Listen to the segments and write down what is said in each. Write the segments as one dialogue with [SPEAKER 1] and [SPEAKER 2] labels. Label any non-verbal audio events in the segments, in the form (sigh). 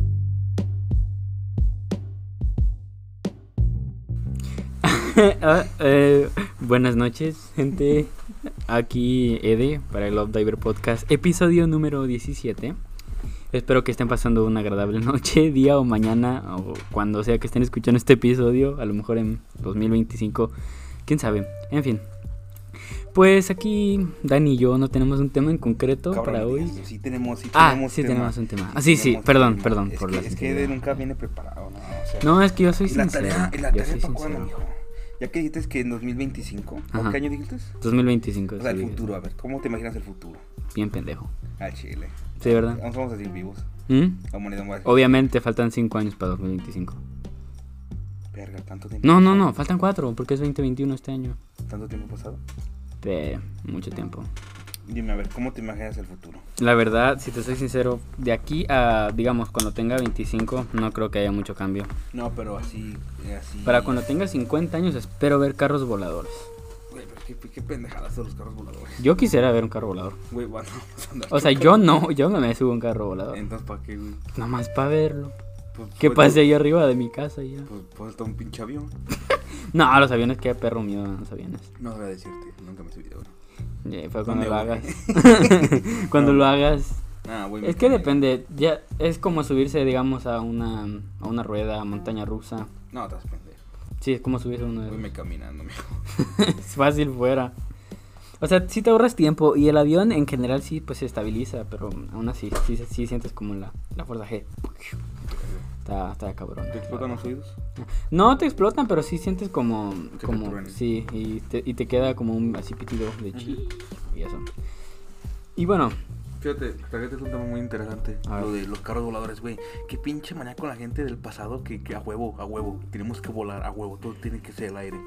[SPEAKER 1] (laughs) Ah, eh, buenas noches, gente. Aquí Ede para el Love Diver Podcast, episodio número 17. Espero que estén pasando una agradable noche, (laughs) día o mañana, o cuando sea que estén escuchando este episodio, a lo mejor en 2025, quién sabe. En fin. Pues aquí Dani y yo no tenemos un tema en concreto
[SPEAKER 2] Cabrón,
[SPEAKER 1] para
[SPEAKER 2] no
[SPEAKER 1] hoy.
[SPEAKER 2] digas eso, Sí tenemos, sí
[SPEAKER 1] Ah,
[SPEAKER 2] tenemos
[SPEAKER 1] sí
[SPEAKER 2] tema.
[SPEAKER 1] tenemos un tema. Ah, sí, sí,
[SPEAKER 2] tenemos
[SPEAKER 1] perdón,
[SPEAKER 2] tema.
[SPEAKER 1] perdón
[SPEAKER 2] Es
[SPEAKER 1] por
[SPEAKER 2] que,
[SPEAKER 1] la
[SPEAKER 2] Es que Ede
[SPEAKER 1] sinceridad.
[SPEAKER 2] nunca viene preparado, ¿no? O sea,
[SPEAKER 1] No, es que yo soy
[SPEAKER 2] ¿y la
[SPEAKER 1] sincero.
[SPEAKER 2] tarea, ¿y la
[SPEAKER 1] yo
[SPEAKER 2] tarea
[SPEAKER 1] soy
[SPEAKER 2] para cuándo,
[SPEAKER 1] sincero.
[SPEAKER 2] mijo? Ya que dijiste que en 2025,
[SPEAKER 1] Ajá.
[SPEAKER 2] ¿o qué año dijiste?
[SPEAKER 1] 2025.
[SPEAKER 2] O sea, el
[SPEAKER 1] sí,
[SPEAKER 2] futuro, a ver, ¿cómo te imaginas el futuro?
[SPEAKER 1] Bien pendejo.
[SPEAKER 2] Al Chile.
[SPEAKER 1] Sí, ¿verdad?
[SPEAKER 2] Vamos, vamos a seguir vivos.
[SPEAKER 1] ¿Mm?
[SPEAKER 2] La humanidad va a decir,
[SPEAKER 1] Obviamente faltan 5 años para 2025.
[SPEAKER 2] verga, tanto tiempo.
[SPEAKER 1] No, no,
[SPEAKER 2] pasado,
[SPEAKER 1] no, faltan 4 porque es 2021 este año.
[SPEAKER 2] Tanto tiempo pasado.
[SPEAKER 1] De mucho tiempo.
[SPEAKER 2] Dime, a ver, ¿cómo te imaginas el futuro?
[SPEAKER 1] La verdad, si te soy sincero, de aquí a, digamos, cuando tenga 25, no creo que haya mucho cambio.
[SPEAKER 2] No, pero así, eh, así.
[SPEAKER 1] Para cuando tenga 50 años, espero ver carros voladores.
[SPEAKER 2] Güey, pero qué, qué pendejadas son los carros voladores.
[SPEAKER 1] Yo quisiera ver un carro volador.
[SPEAKER 2] Güey, bueno, (laughs) vamos a andar.
[SPEAKER 1] O sea, yo no, yo no me subo a un carro volador.
[SPEAKER 2] Entonces, ¿para qué, güey?
[SPEAKER 1] Nada más para verlo.
[SPEAKER 2] Pues,
[SPEAKER 1] ¿Qué
[SPEAKER 2] pues,
[SPEAKER 1] pase ahí arriba de mi casa ya?
[SPEAKER 2] Pues, pues está un pinche avión.
[SPEAKER 1] No, los aviones, qué perro miedo a los aviones.
[SPEAKER 2] No voy a decirte, nunca me he subido a uno.
[SPEAKER 1] Eh, fue cuando lo
[SPEAKER 2] ¿Dónde voy?
[SPEAKER 1] hagas. cuando lo hagas, (laughs)
[SPEAKER 2] Ah, güey. me
[SPEAKER 1] Es que
[SPEAKER 2] cagué.
[SPEAKER 1] depende, ya es como subirse, digamos, a una, a una rueda, a montaña rusa.
[SPEAKER 2] No, estás pendejo.
[SPEAKER 1] Sí, es como subirse a uno de
[SPEAKER 2] Voy me caminando, mijo.
[SPEAKER 1] Es (laughs) fácil fuera. O sea, sí te ahorras tiempo y el avión en general sí pues se estabiliza, pero aún así sí, sí sientes como la, la fuerza G. Está, está cabrón.
[SPEAKER 2] ¿Te explotan los oídos?
[SPEAKER 1] No te explotan, pero sí sientes como...
[SPEAKER 2] Que
[SPEAKER 1] como
[SPEAKER 2] te truenen.
[SPEAKER 1] sí, y te, y te queda como un así pitido de chi y eso. Y bueno,
[SPEAKER 2] Fíjate, fíjate es un tema muy interesante.
[SPEAKER 1] A ver.
[SPEAKER 2] Lo de los carros voladores, güey. Qué pinche manía con la gente del pasado que, que a huevo, a huevo. Tenemos que volar, a huevo. Todo tiene que ser el aire.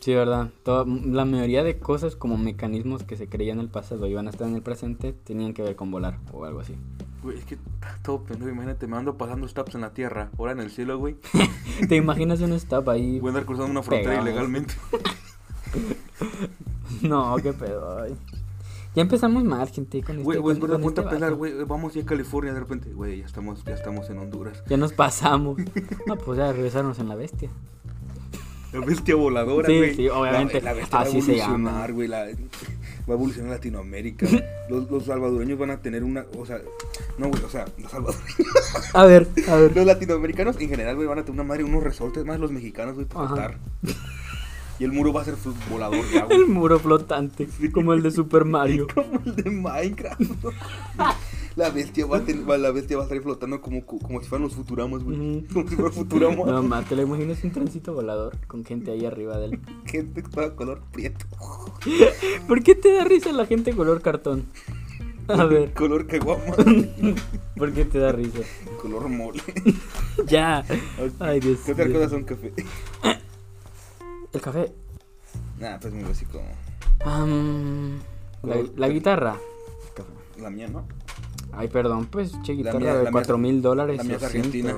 [SPEAKER 1] Sí, verdad. Toda- la mayoría de cosas como mecanismos que se creían en el pasado y van a estar en el presente tenían que ver con volar o algo
[SPEAKER 2] (laughs)
[SPEAKER 1] así.
[SPEAKER 2] Güey, es que está todo pendejo. Imagínate, me ando pasando stops en la tierra. Ahora en el cielo, güey.
[SPEAKER 1] ¿Te imaginas un stop ahí?
[SPEAKER 2] Voy a andar cruzando una frontera
[SPEAKER 1] Pegamos.
[SPEAKER 2] ilegalmente.
[SPEAKER 1] No, qué pedo. ay. Ya empezamos mal, gente. Con
[SPEAKER 2] Güey,
[SPEAKER 1] este,
[SPEAKER 2] güey,
[SPEAKER 1] con-
[SPEAKER 2] pero
[SPEAKER 1] con
[SPEAKER 2] ponte a
[SPEAKER 1] este
[SPEAKER 2] pensar,
[SPEAKER 1] vato.
[SPEAKER 2] güey. Vamos ya a California de repente. Güey, ya estamos, ya estamos en Honduras.
[SPEAKER 1] Ya nos
[SPEAKER 2] (laughs)
[SPEAKER 1] pasamos. No, pues ya regresarnos en la bestia.
[SPEAKER 2] La bestia voladora,
[SPEAKER 1] Sí,
[SPEAKER 2] güey.
[SPEAKER 1] sí, obviamente,
[SPEAKER 2] La, la bestia
[SPEAKER 1] así
[SPEAKER 2] va a
[SPEAKER 1] se
[SPEAKER 2] evolucionar,
[SPEAKER 1] llama.
[SPEAKER 2] güey. la- Va a evolucionar
[SPEAKER 1] (laughs)
[SPEAKER 2] Latinoamérica. los, los salvadoreños van a tener una. O sea, no, güey, o sea, los salvadoreños.
[SPEAKER 1] A ver, a ver.
[SPEAKER 2] Los latinoamericanos en general, güey, van a tener una madre, unos resortes más los mexicanos, güey, para
[SPEAKER 1] Ajá.
[SPEAKER 2] estar. Y el muro va a ser fl- volador ya,
[SPEAKER 1] (laughs) El
[SPEAKER 2] güey.
[SPEAKER 1] muro flotante, como el de Super
[SPEAKER 2] (laughs)
[SPEAKER 1] Mario.
[SPEAKER 2] Como el de
[SPEAKER 1] (laughs)
[SPEAKER 2] Minecraft. La bestia va a, tener- va- la bestia va a estar flotando como, como si fueran los Futuramas, güey.
[SPEAKER 1] Ujú.
[SPEAKER 2] Como si fuera Futurama. (laughs)
[SPEAKER 1] No, ma, ¿te lo imaginas un tránsito volador con gente ahí arriba de él?
[SPEAKER 2] Gente toda color prieto.
[SPEAKER 1] ¿Por qué te da risa la gente color cartón? A ver, (laughs)
[SPEAKER 2] Color caguama.
[SPEAKER 1] ¿por qué te da risa?
[SPEAKER 2] color mole.
[SPEAKER 1] (laughs) Ya. Ay, Dios
[SPEAKER 2] ¿Qué otras
[SPEAKER 1] mío.
[SPEAKER 2] cosas son café? (laughs)
[SPEAKER 1] El café.
[SPEAKER 2] Nah, pues muy básico.
[SPEAKER 1] Am, la, la guitarra.
[SPEAKER 2] La mía, ¿no?
[SPEAKER 1] Ay, perdón, pues che, guitarra
[SPEAKER 2] mía- la
[SPEAKER 1] de
[SPEAKER 2] mía-
[SPEAKER 1] 4 mil dólares.
[SPEAKER 2] la mía es
[SPEAKER 1] o ciento.
[SPEAKER 2] argentina.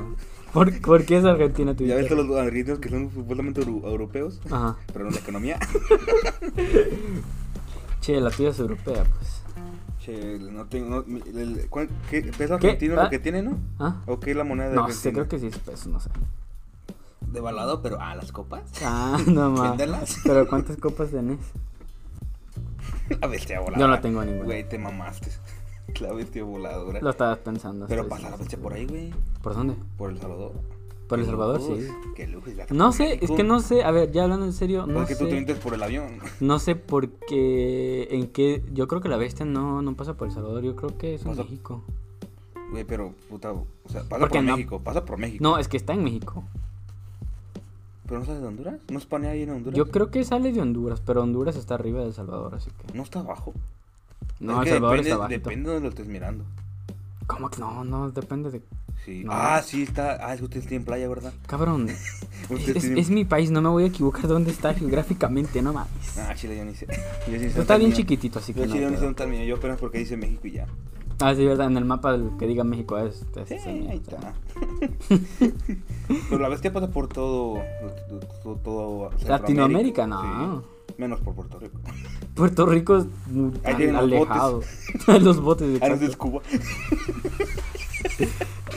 [SPEAKER 1] ¿Por, por qué es argentina tu
[SPEAKER 2] Ya ves
[SPEAKER 1] guitarra?
[SPEAKER 2] todos los argentinos que son supuestamente euro- europeos,
[SPEAKER 1] Ajá.
[SPEAKER 2] pero no la economía. (laughs)
[SPEAKER 1] Che, la tuya es europea, pues.
[SPEAKER 2] Che, no tengo. No, mi- el- ¿cuál- ¿Qué peso
[SPEAKER 1] ¿Qué?
[SPEAKER 2] argentino es
[SPEAKER 1] Ah.
[SPEAKER 2] lo que tiene, no?
[SPEAKER 1] ¿Ah?
[SPEAKER 2] ¿O qué es la moneda de
[SPEAKER 1] No
[SPEAKER 2] Argentina?
[SPEAKER 1] sé, creo que sí es peso, no sé.
[SPEAKER 2] Devaluado, pero a las copas.
[SPEAKER 1] Ah, (laughs) no más.
[SPEAKER 2] Véndelas. (laughs)
[SPEAKER 1] Pero ¿cuántas copas tenés?
[SPEAKER 2] La bestia voladora.
[SPEAKER 1] Yo no tengo ninguna.
[SPEAKER 2] Güey, te mamaste. (laughs) La bestia voladora.
[SPEAKER 1] Lo estabas pensando.
[SPEAKER 2] pero
[SPEAKER 1] estoy
[SPEAKER 2] pasa la
[SPEAKER 1] seguro.
[SPEAKER 2] bestia por ahí, güey.
[SPEAKER 1] ¿Por dónde?
[SPEAKER 2] Por El Salvador.
[SPEAKER 1] Por El
[SPEAKER 2] Qué
[SPEAKER 1] Salvador,
[SPEAKER 2] lujos,
[SPEAKER 1] sí.
[SPEAKER 2] Qué lujo. y la-
[SPEAKER 1] No sé, es que no sé. A ver, ya hablando en serio, no
[SPEAKER 2] Porque tú te
[SPEAKER 1] sé.
[SPEAKER 2] metes por el avión.
[SPEAKER 1] No sé por qué, en qué, yo creo que la bestia no, no pasa por El Salvador, yo creo que es en
[SPEAKER 2] Pasa-
[SPEAKER 1] México.
[SPEAKER 2] Güey, pero, puta, o sea, pasa
[SPEAKER 1] Porque
[SPEAKER 2] por
[SPEAKER 1] no-
[SPEAKER 2] México, pasa por México.
[SPEAKER 1] No, es que está en México.
[SPEAKER 2] ¿Pero no estás de Honduras? ¿No es Panea ahí en Honduras?
[SPEAKER 1] Yo creo que sale de Honduras, pero Honduras está arriba de El Salvador, así que...
[SPEAKER 2] No está abajo.
[SPEAKER 1] No,
[SPEAKER 2] Es que
[SPEAKER 1] El Salvador
[SPEAKER 2] depende,
[SPEAKER 1] está bajito.
[SPEAKER 2] Depende de donde lo estés mirando.
[SPEAKER 1] ¿Cómo que no? No, depende de...
[SPEAKER 2] Sí.
[SPEAKER 1] No.
[SPEAKER 2] Ah, sí, está. Ah, es que ustedes tienen playa, ¿verdad? (laughs)
[SPEAKER 1] Cabrón, es,
[SPEAKER 2] Ustedes
[SPEAKER 1] es-
[SPEAKER 2] tienen-
[SPEAKER 1] es mi país, no me voy a equivocar dónde está geográficamente, no mames.
[SPEAKER 2] Ah, Chile, yo ni sé. (laughs) Yo
[SPEAKER 1] Está
[SPEAKER 2] sí sé
[SPEAKER 1] bien
[SPEAKER 2] dónde termina.
[SPEAKER 1] chiquitito, así
[SPEAKER 2] Yo
[SPEAKER 1] que...
[SPEAKER 2] Chile, yo
[SPEAKER 1] No,
[SPEAKER 2] ni sé
[SPEAKER 1] pero-
[SPEAKER 2] dónde termina. Yo apenas porque dice México y ya.
[SPEAKER 1] Ah, sí, verdad, en el mapa el que diga México es... es-
[SPEAKER 2] Sí,
[SPEAKER 1] es el mío,
[SPEAKER 2] ahí
[SPEAKER 1] o sea. (laughs)
[SPEAKER 2] está. Pero la bestia pasa por todo. todo, todo
[SPEAKER 1] Latinoamérica,
[SPEAKER 2] Centroamérica,
[SPEAKER 1] no.
[SPEAKER 2] sí. Menos por Puerto Rico.
[SPEAKER 1] Puerto Rico es muy
[SPEAKER 2] Ahí
[SPEAKER 1] al- (laughs)
[SPEAKER 2] tienen los
[SPEAKER 1] alejado. Los botes. de
[SPEAKER 2] Ah, no, es
[SPEAKER 1] Puerto-
[SPEAKER 2] Cuba.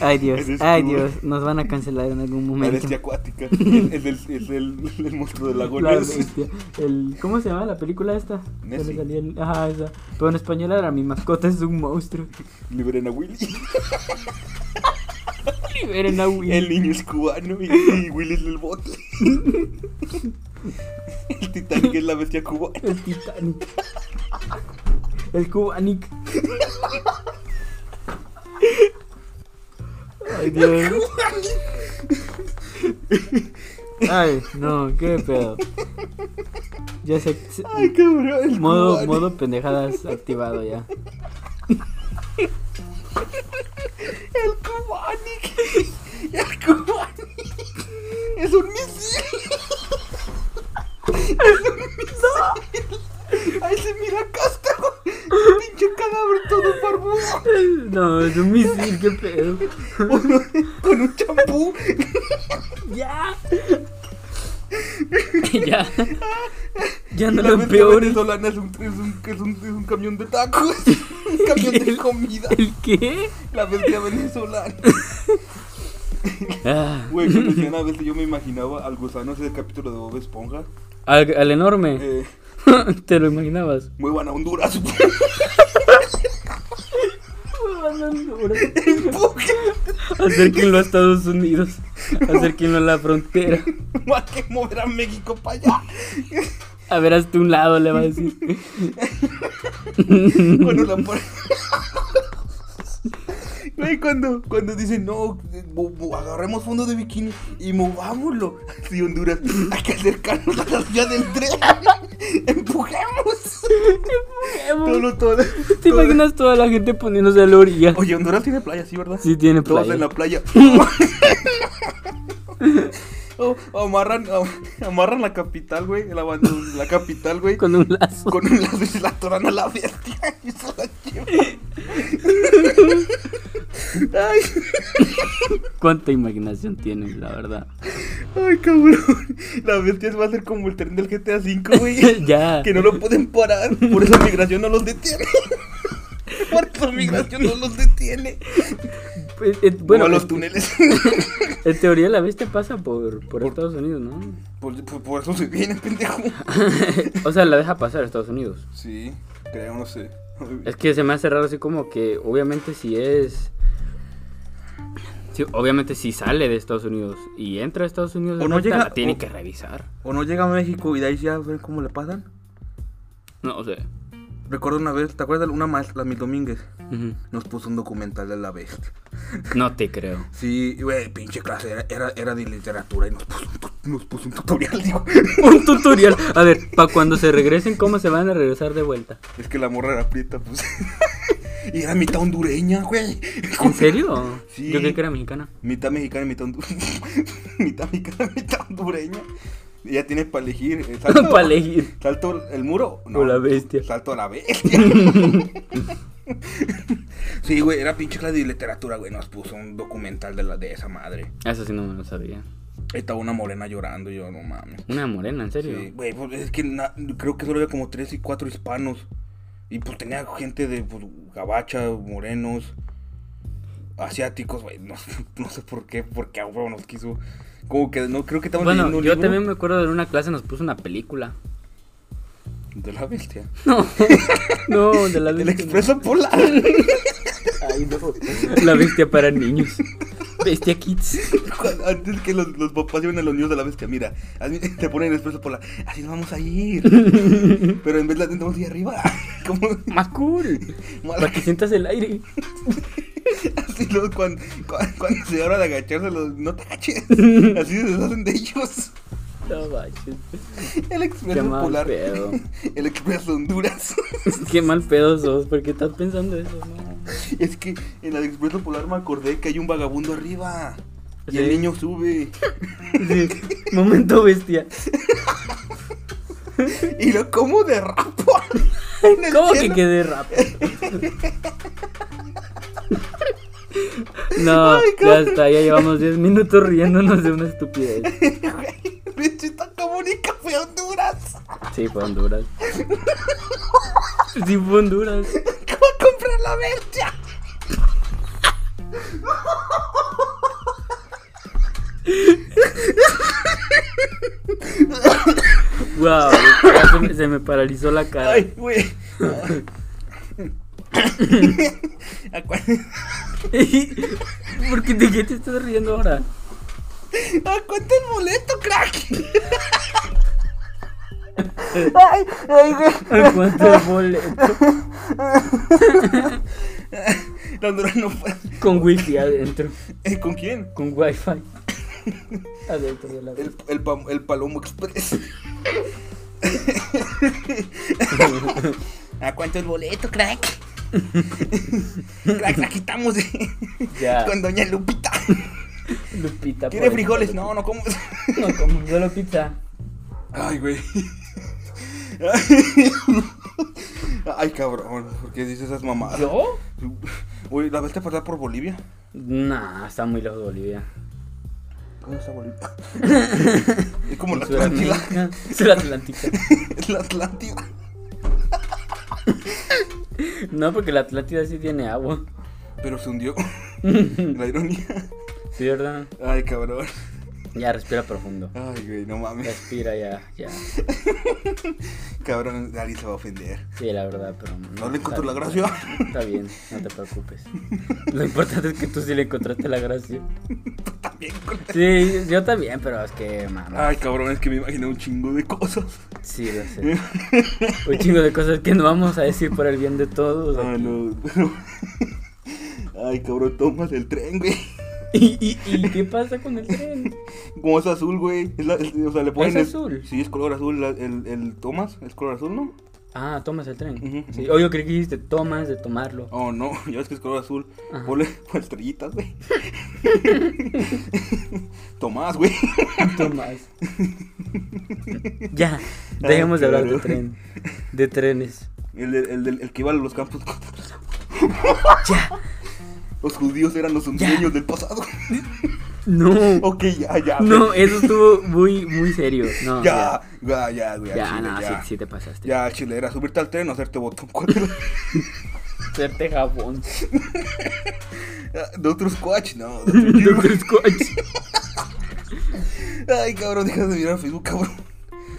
[SPEAKER 1] Ay Dios,
[SPEAKER 2] Eres
[SPEAKER 1] ay
[SPEAKER 2] tú.
[SPEAKER 1] Dios, nos van a cancelar en algún
[SPEAKER 2] La
[SPEAKER 1] momento. (laughs)
[SPEAKER 2] bestia acuática. Es el, es el, el monstruo del lago
[SPEAKER 1] La
[SPEAKER 2] Ness.
[SPEAKER 1] bestia. El- ¿Cómo se llama la película esta? Que le
[SPEAKER 2] Nessie.
[SPEAKER 1] salía el- ajá, esa. Pero en español era mi mascota es un
[SPEAKER 2] (laughs)
[SPEAKER 1] monstruo.
[SPEAKER 2] Liberen a Willy.
[SPEAKER 1] Liberen a Willy.
[SPEAKER 2] El niño es cubano y, y Willy es el bote. El Titanic es la bestia cubana.
[SPEAKER 1] El Titanic. El Cubanic. Ay, Dios. Ay, no, qué pedo. Ya sé. se-
[SPEAKER 2] Ay, cabrón. El
[SPEAKER 1] modo,
[SPEAKER 2] cubano.
[SPEAKER 1] modo pendejadas activado ya.
[SPEAKER 2] El Cubanic. El Cubanic. Es un misil. Es un misil. Ahí se mira Castro. Pinche cadáver todo barbudo.
[SPEAKER 1] No, es un misil, qué pedo.
[SPEAKER 2] Uno con un champú.
[SPEAKER 1] Ya. (laughs) ya. Ya no
[SPEAKER 2] La
[SPEAKER 1] lo
[SPEAKER 2] bestia
[SPEAKER 1] empeores.
[SPEAKER 2] venezolana es un, es, un, es, un, es un camión de tacos. (laughs) Un camión de
[SPEAKER 1] El-
[SPEAKER 2] comida.
[SPEAKER 1] ¿El qué?
[SPEAKER 2] La
[SPEAKER 1] (laughs)
[SPEAKER 2] bestia venezolana.
[SPEAKER 1] Ah,
[SPEAKER 2] Güey, cuando decían a veces yo me imaginaba al gusano ese capítulo de Bob Esponja.
[SPEAKER 1] al, al enorme. (laughs)
[SPEAKER 2] Eh,
[SPEAKER 1] Te lo imaginabas.
[SPEAKER 2] muevan a Honduras. (laughs) Empuje.
[SPEAKER 1] Acérquenlo a Estados Unidos. Acérquenlo a la frontera.
[SPEAKER 2] Más que mover a México para
[SPEAKER 1] (laughs)
[SPEAKER 2] allá.
[SPEAKER 1] A ver, hasta un lado le va a decir.
[SPEAKER 2] Bueno, la por- (laughs) Güey, cuando, cuando dicen, no, mo- mo- agarremos fondo de bikini y movámoslo hacia Honduras. Hay que acercarnos a la vía del tren. (laughs) Empujemos. Todo, todo,
[SPEAKER 1] (laughs) ¿Te
[SPEAKER 2] todo-
[SPEAKER 1] imaginas toda la gente poniéndose a la orilla?
[SPEAKER 2] Oye, Honduras tiene playa, ¿sí, verdad?
[SPEAKER 1] Sí, tiene
[SPEAKER 2] Todos
[SPEAKER 1] playa.
[SPEAKER 2] en
[SPEAKER 1] (laughs)
[SPEAKER 2] la playa. Oh, amarran, am- amarran la capital, güey. La, banda- la capital, güey. Con,
[SPEAKER 1] Con un lazo. (laughs)
[SPEAKER 2] un lazo y se la atoran a la bestia. (laughs) Y se la llevan. Ay,
[SPEAKER 1] Cuánta imaginación tienen, la
[SPEAKER 2] (laughs)
[SPEAKER 1] verdad.
[SPEAKER 2] ay, cabrón. La bestia va a ser como el tren del GTA V, güey.
[SPEAKER 1] ya.
[SPEAKER 2] Que no lo pueden parar. Por eso migración no
[SPEAKER 1] (laughs)
[SPEAKER 2] los detiene. Porque la migración no los detiene.
[SPEAKER 1] Eh, eh, bueno,
[SPEAKER 2] Bueno, a los
[SPEAKER 1] en- (laughs)
[SPEAKER 2] túneles.
[SPEAKER 1] En teoría la bestia pasa por, por
[SPEAKER 2] Por-
[SPEAKER 1] Estados Unidos, ¿no? (laughs)
[SPEAKER 2] Por, por- por eso se viene, pendejo.
[SPEAKER 1] o sea, la deja pasar a Estados Unidos.
[SPEAKER 2] Sí, creo, no sé. (laughs)
[SPEAKER 1] Es que se me hace raro así como que obviamente si es... sí, obviamente si sale de Estados Unidos y entra a Estados Unidos,
[SPEAKER 2] O
[SPEAKER 1] de
[SPEAKER 2] no
[SPEAKER 1] vuelta,
[SPEAKER 2] llega-
[SPEAKER 1] la tiene
[SPEAKER 2] o-
[SPEAKER 1] que revisar.
[SPEAKER 2] O no llega a México y de ahí ya ven cómo le pasan.
[SPEAKER 1] No, o sea...
[SPEAKER 2] Recuerdo una vez, ¿te acuerdas? Una maestra, la Mil Domínguez,
[SPEAKER 1] ujú.
[SPEAKER 2] nos puso un documental de la bestia.
[SPEAKER 1] No te creo. (laughs)
[SPEAKER 2] Sí, güey, pinche clase, era, era, era de literatura y nos puso un, tu- nos puso un tutorial, (laughs) digo.
[SPEAKER 1] Un tutorial. A ver, para cuando se regresen, ¿cómo se van a regresar de vuelta?
[SPEAKER 2] Es que la morra era prieta, pues. (laughs) y era mitad hondureña, güey. (laughs)
[SPEAKER 1] ¿En serio?
[SPEAKER 2] Sí.
[SPEAKER 1] Yo creí que era mexicana.
[SPEAKER 2] Mitad mexicana y mitad hondureña. (laughs) mitad mexicana y mitad hondureña. Ella tiene para elegir. (laughs) eh,
[SPEAKER 1] (laughs)
[SPEAKER 2] salto-
[SPEAKER 1] para elegir.
[SPEAKER 2] ¿Salto el muro?
[SPEAKER 1] O la bestia.
[SPEAKER 2] Salto a la bestia. (laughs) sí, güey, era pinche clase de literatura, güey. Nos puso un documental de, la, de esa madre.
[SPEAKER 1] Eso sí no me lo sabía.
[SPEAKER 2] Estaba una morena llorando, y yo no mames.
[SPEAKER 1] Una morena, en serio.
[SPEAKER 2] Sí, güey, pues, es que na- creo que solo había como tres y cuatro hispanos. Y pues tenía gente de pues, gabacha, morenos, asiáticos, güey. No, (laughs) no sé por qué, porque a huevo nos quiso. Como que no creo que estaban
[SPEAKER 1] Bueno,
[SPEAKER 2] leyendo
[SPEAKER 1] yo
[SPEAKER 2] un libro
[SPEAKER 1] también me acuerdo de una clase nos puso una
[SPEAKER 2] (laughs)
[SPEAKER 1] película.
[SPEAKER 2] de la
[SPEAKER 1] (laughs)
[SPEAKER 2] bestia.
[SPEAKER 1] No, no, de la
[SPEAKER 2] El
[SPEAKER 1] bestia.
[SPEAKER 2] expreso polar.
[SPEAKER 1] Ay, no. (laughs) La bestia para
[SPEAKER 2] (laughs)
[SPEAKER 1] niños. Bestia Kids.
[SPEAKER 2] Cuando- Antes que los, los papás lleven a los niños a la bestia, mira, así- (laughs) te ponen el expreso por la. Así nos vamos
[SPEAKER 1] (laughs)
[SPEAKER 2] a ir. Pero en vez la tentamos ir arriba. (laughs) Como
[SPEAKER 1] Más cool. Para
[SPEAKER 2] mala-
[SPEAKER 1] que sientas el aire.
[SPEAKER 2] (laughs) Así luego cuando, cuando, cuando se abra de agacharse, los, no
[SPEAKER 1] (laughs)
[SPEAKER 2] te agaches. Así se deshacen de ellos.
[SPEAKER 1] No manches.
[SPEAKER 2] El
[SPEAKER 1] Qué
[SPEAKER 2] expreso
[SPEAKER 1] mal
[SPEAKER 2] polar.
[SPEAKER 1] pedo.
[SPEAKER 2] (laughs) El expreso Honduras. (laughs)
[SPEAKER 1] Qué mal pedo sos, porque estás pensando eso, no?
[SPEAKER 2] Es que en el expreso polar me acordé que hay un vagabundo arriba. Y el
[SPEAKER 1] Sí.
[SPEAKER 2] niño sube.
[SPEAKER 1] Sí. Momento bestia.
[SPEAKER 2] Y lo como de rapo.
[SPEAKER 1] (laughs)
[SPEAKER 2] en el
[SPEAKER 1] ¿Cómo que
[SPEAKER 2] cielo.
[SPEAKER 1] quedé
[SPEAKER 2] (laughs)
[SPEAKER 1] rápido? No,
[SPEAKER 2] Ay,
[SPEAKER 1] ya
[SPEAKER 2] cabrón.
[SPEAKER 1] está, ya llevamos 10 minutos riéndonos de una estupidez.
[SPEAKER 2] (laughs) Luis Chita comunica fue a Honduras.
[SPEAKER 1] Sí, fue Honduras. Sí, fue Honduras.
[SPEAKER 2] ¿Cómo comprar la bestia?
[SPEAKER 1] Wow, ya se, me, se me paralizó la cara.
[SPEAKER 2] Ay, güey. ¿A cuál?
[SPEAKER 1] (laughs) ¿Por qué de qué te estás riendo ahora?
[SPEAKER 2] ¡Ah, cuenta el boleto, crack! ¡Ay, ay,
[SPEAKER 1] ¿A cuánto el boleto?
[SPEAKER 2] güey! La Honduras no fue.
[SPEAKER 1] Con wifi adentro.
[SPEAKER 2] Eh, ¿Con quién?
[SPEAKER 1] Con wifi. Adentro de la
[SPEAKER 2] El, el, pa- el Palomo Express. ¿A cuánto el boleto, crack? crack, aquí estamos eh,
[SPEAKER 1] (laughs) Ya.
[SPEAKER 2] con Doña Lupita.
[SPEAKER 1] Lupita.
[SPEAKER 2] ¿Quiere
[SPEAKER 1] por
[SPEAKER 2] frijoles?
[SPEAKER 1] ejemplo.
[SPEAKER 2] No, no como.
[SPEAKER 1] No, como solo pizza.
[SPEAKER 2] Ay, güey. (laughs) Ay, cabrón, ¿por qué dices esas mamadas?
[SPEAKER 1] ¿Yo?
[SPEAKER 2] Uy, ¿la viste pasar por Bolivia?
[SPEAKER 1] Nah, está muy lejos de Bolivia.
[SPEAKER 2] ¿Dónde está (laughs) Bolivia? es como la Atlántida.
[SPEAKER 1] Sudamérica. Sudatlántica.
[SPEAKER 2] (laughs) Es la Atlántida.
[SPEAKER 1] No, porque la Atlántida sí tiene agua.
[SPEAKER 2] Pero se (laughs) hundió. la ironía.
[SPEAKER 1] ¿Sí, verdad?
[SPEAKER 2] Ay, cabrón.
[SPEAKER 1] Ya, respira profundo.
[SPEAKER 2] Ay, güey, no mames.
[SPEAKER 1] Respira ya, ya.
[SPEAKER 2] Cabrón, nadie se va a ofender.
[SPEAKER 1] Sí, la verdad, pero.
[SPEAKER 2] No le encuentro la
[SPEAKER 1] está
[SPEAKER 2] gracia.
[SPEAKER 1] bien. Está bien, no te preocupes. Lo importante es que tú sí le encontraste la gracia.
[SPEAKER 2] También con-
[SPEAKER 1] Sí, yo también, pero es que, mamá.
[SPEAKER 2] Ay, cabrón, es que me imaginé un chingo de cosas.
[SPEAKER 1] Sí, lo sé. Un chingo de cosas que no vamos a decir por el bien de todos.
[SPEAKER 2] Ah,
[SPEAKER 1] aquí.
[SPEAKER 2] no, pero- (laughs) Ay, cabrón, tomas el tren, güey.
[SPEAKER 1] ¿Y, y, ¿Y qué pasa con el tren?
[SPEAKER 2] Como es azul, güey. Es la- es- o sea, le ponen.
[SPEAKER 1] ¿Es azul?
[SPEAKER 2] Sí, es color azul. la- el, el Thomas es color azul, ¿no?
[SPEAKER 1] Ah, tomas el tren.
[SPEAKER 2] Ujú.
[SPEAKER 1] Sí, o yo creí que dijiste tomas de tomarlo.
[SPEAKER 2] Oh, no, (laughs) ya ves que es color azul.
[SPEAKER 1] Ajá.
[SPEAKER 2] Ponle (laughs) ponle estrellitas, güey. (laughs) Tomás, güey.
[SPEAKER 1] Tomas. ya, dejemos de hablar de
[SPEAKER 2] claro.
[SPEAKER 1] tren. De trenes.
[SPEAKER 2] El, de- el, del- el que iba a los campos. (laughs) Los judíos eran los hondureños del pasado. (laughs)
[SPEAKER 1] No.
[SPEAKER 2] ok, ya, ya.
[SPEAKER 1] No,
[SPEAKER 2] güey.
[SPEAKER 1] eso estuvo muy, muy serio. No,
[SPEAKER 2] Ya, ya, ya, güey.
[SPEAKER 1] Ya,
[SPEAKER 2] al
[SPEAKER 1] ya,
[SPEAKER 2] chile,
[SPEAKER 1] no,
[SPEAKER 2] ya.
[SPEAKER 1] Sí, sí te pasaste.
[SPEAKER 2] Ya, al chile, era subirte al tren o hacerte botón.
[SPEAKER 1] (laughs) Hacerte (laughs) jabón.
[SPEAKER 2] (laughs) de otro squash, no. de
[SPEAKER 1] (laughs)
[SPEAKER 2] otro giro.
[SPEAKER 1] Doctor Squatch.
[SPEAKER 2] Ay, cabrón, deja de mirar Facebook, cabrón.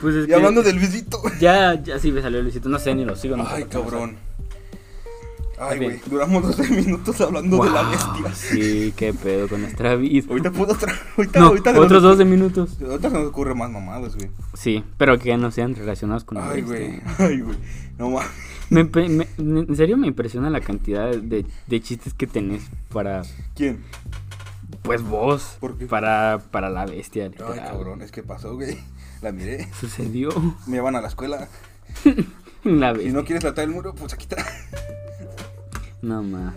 [SPEAKER 1] Pues es
[SPEAKER 2] Y hablando del visito.
[SPEAKER 1] Ya, ya sí me salió Luisito. No sé ni lo sigo. No sé
[SPEAKER 2] Ay,
[SPEAKER 1] por qué no
[SPEAKER 2] cabrón.
[SPEAKER 1] Está
[SPEAKER 2] Ay,
[SPEAKER 1] bien.
[SPEAKER 2] güey, duramos 12 minutos hablando
[SPEAKER 1] salgo.
[SPEAKER 2] de la
[SPEAKER 1] Wow,
[SPEAKER 2] bestia.
[SPEAKER 1] Sí, qué pedo con nuestra vida.
[SPEAKER 2] Ahorita puedo otra. (laughs) Ahorita,
[SPEAKER 1] No,
[SPEAKER 2] ahorita se
[SPEAKER 1] otros
[SPEAKER 2] nos-
[SPEAKER 1] 12 minutos.
[SPEAKER 2] Ahorita se nos ocurre más mamadas, güey.
[SPEAKER 1] Sí, pero que no este. sean relacionados con la
[SPEAKER 2] Ay,
[SPEAKER 1] bestia.
[SPEAKER 2] güey. (laughs) Ay, güey. No mames.
[SPEAKER 1] Me imp- me- en serio me impresiona la cantidad de, de chistes que tenés para,
[SPEAKER 2] ¿Quién?
[SPEAKER 1] pues vos,
[SPEAKER 2] ¿Por qué?
[SPEAKER 1] para, para la bestia.
[SPEAKER 2] Ay,
[SPEAKER 1] literal.
[SPEAKER 2] cabrón, es que pasó, güey. La miré.
[SPEAKER 1] Sucedió (laughs)
[SPEAKER 2] Me van a la escuela.
[SPEAKER 1] la
[SPEAKER 2] Si
[SPEAKER 1] bestia.
[SPEAKER 2] no quieres saltar el muro, pues aquí está. (laughs)
[SPEAKER 1] No, ma.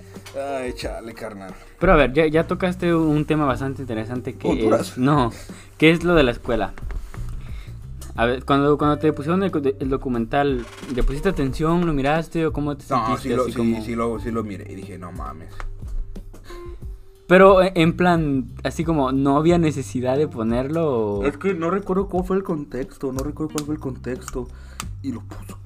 [SPEAKER 2] Ay, chale, carnal.
[SPEAKER 1] Pero a ver, ya, ya tocaste un tema bastante interesante que
[SPEAKER 2] Honduras.
[SPEAKER 1] es... No, que es lo de la escuela. A ver, cuando, cuando te pusieron el, co- el documental, ¿le pusiste atención, lo miraste o cómo te
[SPEAKER 2] No,
[SPEAKER 1] sentiste?
[SPEAKER 2] sí lo,
[SPEAKER 1] así
[SPEAKER 2] sí,
[SPEAKER 1] como-
[SPEAKER 2] sí lo, sí lo miré y dije, no mames.
[SPEAKER 1] Pero eh, en plan, así como, ¿no había necesidad de ponerlo? o-
[SPEAKER 2] Es que no recuerdo cuál fue el contexto, no recuerdo cuál fue el contexto. Y lo puso.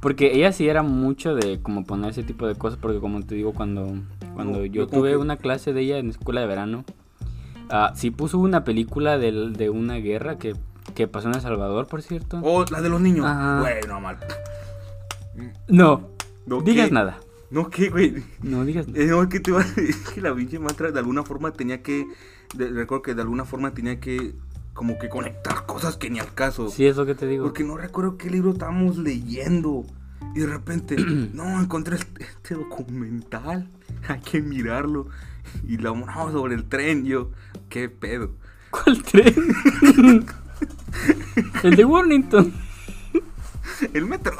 [SPEAKER 1] Porque ella sí era mucho de como poner ese tipo de cosas, porque como te digo, cuando, cuando
[SPEAKER 2] No,
[SPEAKER 1] yo
[SPEAKER 2] yo como
[SPEAKER 1] tuve
[SPEAKER 2] que-
[SPEAKER 1] una clase de ella en escuela de verano, ah, sí puso una película del- de, una guerra que, que pasó en El Salvador, por cierto.
[SPEAKER 2] Oh, la de los niños.
[SPEAKER 1] Ajá.
[SPEAKER 2] Güey, no mal.
[SPEAKER 1] No,
[SPEAKER 2] No,
[SPEAKER 1] digas
[SPEAKER 2] ¿qué?
[SPEAKER 1] nada.
[SPEAKER 2] No, que, güey.
[SPEAKER 1] No digas nada.
[SPEAKER 2] Eh, No, es que te iba a decir (laughs) que la pinche maestra de alguna forma tenía que. de- recuerdo que de alguna forma tenía que. Como que conectar cosas que ni al caso.
[SPEAKER 1] Sí, es lo que te digo.
[SPEAKER 2] Porque no recuerdo qué libro estábamos leyendo. Y
[SPEAKER 1] (clears throat)
[SPEAKER 2] de repente, no, encontré este, este documental. (laughs) Hay que mirarlo. Y lo no, sobre el tren. Yo, qué pedo.
[SPEAKER 1] ¿Cuál
[SPEAKER 2] (laughs)
[SPEAKER 1] tren? El de Warrington.
[SPEAKER 2] (laughs)
[SPEAKER 1] (laughs)
[SPEAKER 2] El metro.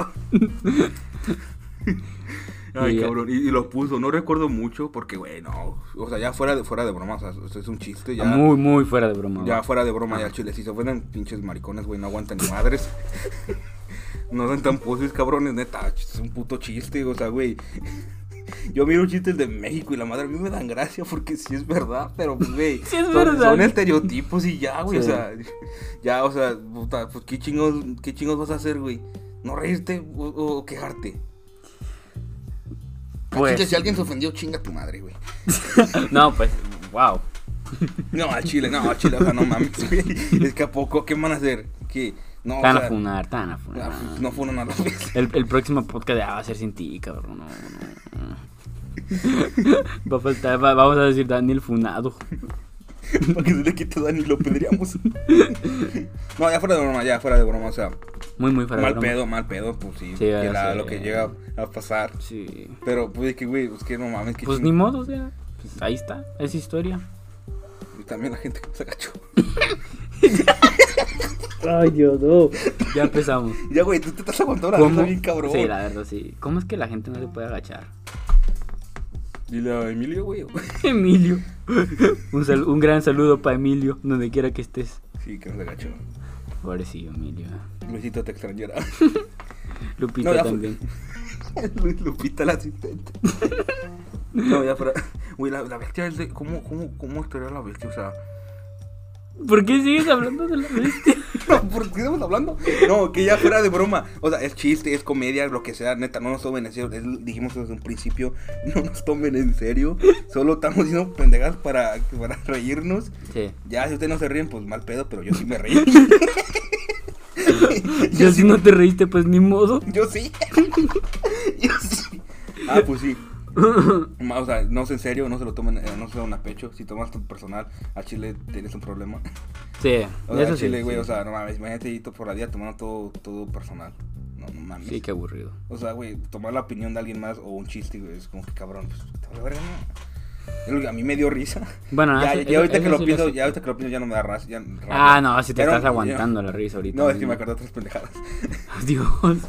[SPEAKER 2] Ay,
[SPEAKER 1] Y- eh,
[SPEAKER 2] cabrón. Y, y lo puso. No recuerdo mucho porque, güey, no. O sea, ya fuera de, fuera de broma. O sea, esto es un chiste. Ya,
[SPEAKER 1] Muy, muy fuera de broma.
[SPEAKER 2] ya
[SPEAKER 1] güey.
[SPEAKER 2] fuera de broma, ya chile. Si se fueran pinches maricones, güey, no aguantan ni madres. (laughs) no dan tan poses, cabrones, neta. Es un puto chiste. O sea, güey. (laughs) Yo miro chistes de México y la madre a mí me dan gracia porque sí es verdad, pero pues, güey.
[SPEAKER 1] (laughs) Sí es
[SPEAKER 2] son-
[SPEAKER 1] verdad.
[SPEAKER 2] Son estereotipos y ya, güey. O
[SPEAKER 1] Sí.
[SPEAKER 2] sea, (laughs) ya, o sea, puta, pues qué chingos, qué chingos vas a hacer, güey. No reírte o, o quejarte. Al chile,
[SPEAKER 1] Pues.
[SPEAKER 2] si alguien se ofendió, chinga tu madre, güey.
[SPEAKER 1] No, pues, wow.
[SPEAKER 2] No, al chile, no, al chile, o sea, no mames, (laughs) güey. Es que a poco, ¿qué van a hacer? Que, no, o
[SPEAKER 1] Tan a
[SPEAKER 2] sea,
[SPEAKER 1] funar, tan a funar.
[SPEAKER 2] no, no fueron (laughs) a los veces.
[SPEAKER 1] El, el próximo podcast ya va a ser sin ti, cabrón. No, no,
[SPEAKER 2] (laughs)
[SPEAKER 1] no. Va a faltar, va- vamos a decir Daniel Funado.
[SPEAKER 2] Para que se le quite a Dani,
[SPEAKER 1] (laughs)
[SPEAKER 2] lo pediríamos. no, ya fuera de broma, ya fuera de broma, o sea,
[SPEAKER 1] Muy, muy fuera de
[SPEAKER 2] mal
[SPEAKER 1] broma.
[SPEAKER 2] pedo, mal pedo, pues sí,
[SPEAKER 1] Sí,
[SPEAKER 2] que
[SPEAKER 1] ya
[SPEAKER 2] la-
[SPEAKER 1] sé.
[SPEAKER 2] lo que llega a pasar.
[SPEAKER 1] Sí.
[SPEAKER 2] Pero, pues, es que, güey, pues que no mames, que
[SPEAKER 1] Pues ni modo, o sea. pues, ahí está, es historia.
[SPEAKER 2] también la gente que se agachó. (laughs)
[SPEAKER 1] Ay, Dios, no. Ya empezamos.
[SPEAKER 2] Ya, güey, tú te estás aguantando la neta bien cabrón.
[SPEAKER 1] Sí, la verdad, sí. ¿Cómo es que la gente no se puede agachar? (laughs)
[SPEAKER 2] Dile a Emilio, güey. (laughs)
[SPEAKER 1] Emilio. (laughs) Un, sal- un gran saludo para Emilio, donde quiera que estés.
[SPEAKER 2] Sí, que no se agachó.
[SPEAKER 1] Pobrecillo, Emilio. ¿eh?
[SPEAKER 2] Luisito te extrañera.
[SPEAKER 1] Lupita
[SPEAKER 2] No, ya fue. (laughs)
[SPEAKER 1] también.
[SPEAKER 2] Lu- Lupita la asistente. (laughs) No, ya fuera. Güey, la, la bestia es de. ¿Cómo, cómo, cómo estaría la bestia? O sea.
[SPEAKER 1] ¿Por qué sigues hablando de la bestia?
[SPEAKER 2] (laughs) No, ¿Por qué estamos hablando? No, que ya fuera de broma. O sea, es chiste, es comedia, lo que sea, neta, no nos tomen en serio. Es- dijimos desde un principio, (laughs) no nos tomen en serio. Solo estamos diciendo pendejadas para, para reírnos.
[SPEAKER 1] Sí.
[SPEAKER 2] Ya, si ustedes no se ríen, pues mal pedo, pero yo sí me (laughs) reí.
[SPEAKER 1] (laughs) Ya
[SPEAKER 2] (laughs)
[SPEAKER 1] si no te reíste, pues ni modo. (laughs)
[SPEAKER 2] Yo sí. (laughs) Yo sí. Ah, pues sí. Ma- O sea, no es en serio, no se lo tomen, eh, no se lo tomen a pecho. Si tomas tu personal, a Chile tienes un problema. (laughs)
[SPEAKER 1] Sí,
[SPEAKER 2] O sea,
[SPEAKER 1] eso
[SPEAKER 2] a Chile,
[SPEAKER 1] sí.
[SPEAKER 2] güey,
[SPEAKER 1] sí.
[SPEAKER 2] o sea, no mames, imagínate ir por la día tomando todo, todo personal. No, no mames.
[SPEAKER 1] Sí, qué aburrido.
[SPEAKER 2] O sea, güey, tomar la opinión de alguien más o un chiste, güey, es como que cabrón, pues, te vale verga, ¿no? Es lo que A mí me dio risa.
[SPEAKER 1] Bueno,
[SPEAKER 2] (laughs) ya,
[SPEAKER 1] eso-
[SPEAKER 2] ya
[SPEAKER 1] eso-
[SPEAKER 2] ahorita
[SPEAKER 1] eso
[SPEAKER 2] que lo
[SPEAKER 1] sí
[SPEAKER 2] pienso,
[SPEAKER 1] sé.
[SPEAKER 2] ya ahorita que lo pienso ya no me da ras- ya- rabia.
[SPEAKER 1] Ah, no, si te
[SPEAKER 2] Era
[SPEAKER 1] estás
[SPEAKER 2] un- ya-
[SPEAKER 1] aguantando la risa ahorita.
[SPEAKER 2] No, es que me acordé de otras pendejadas.
[SPEAKER 1] (laughs) Dios,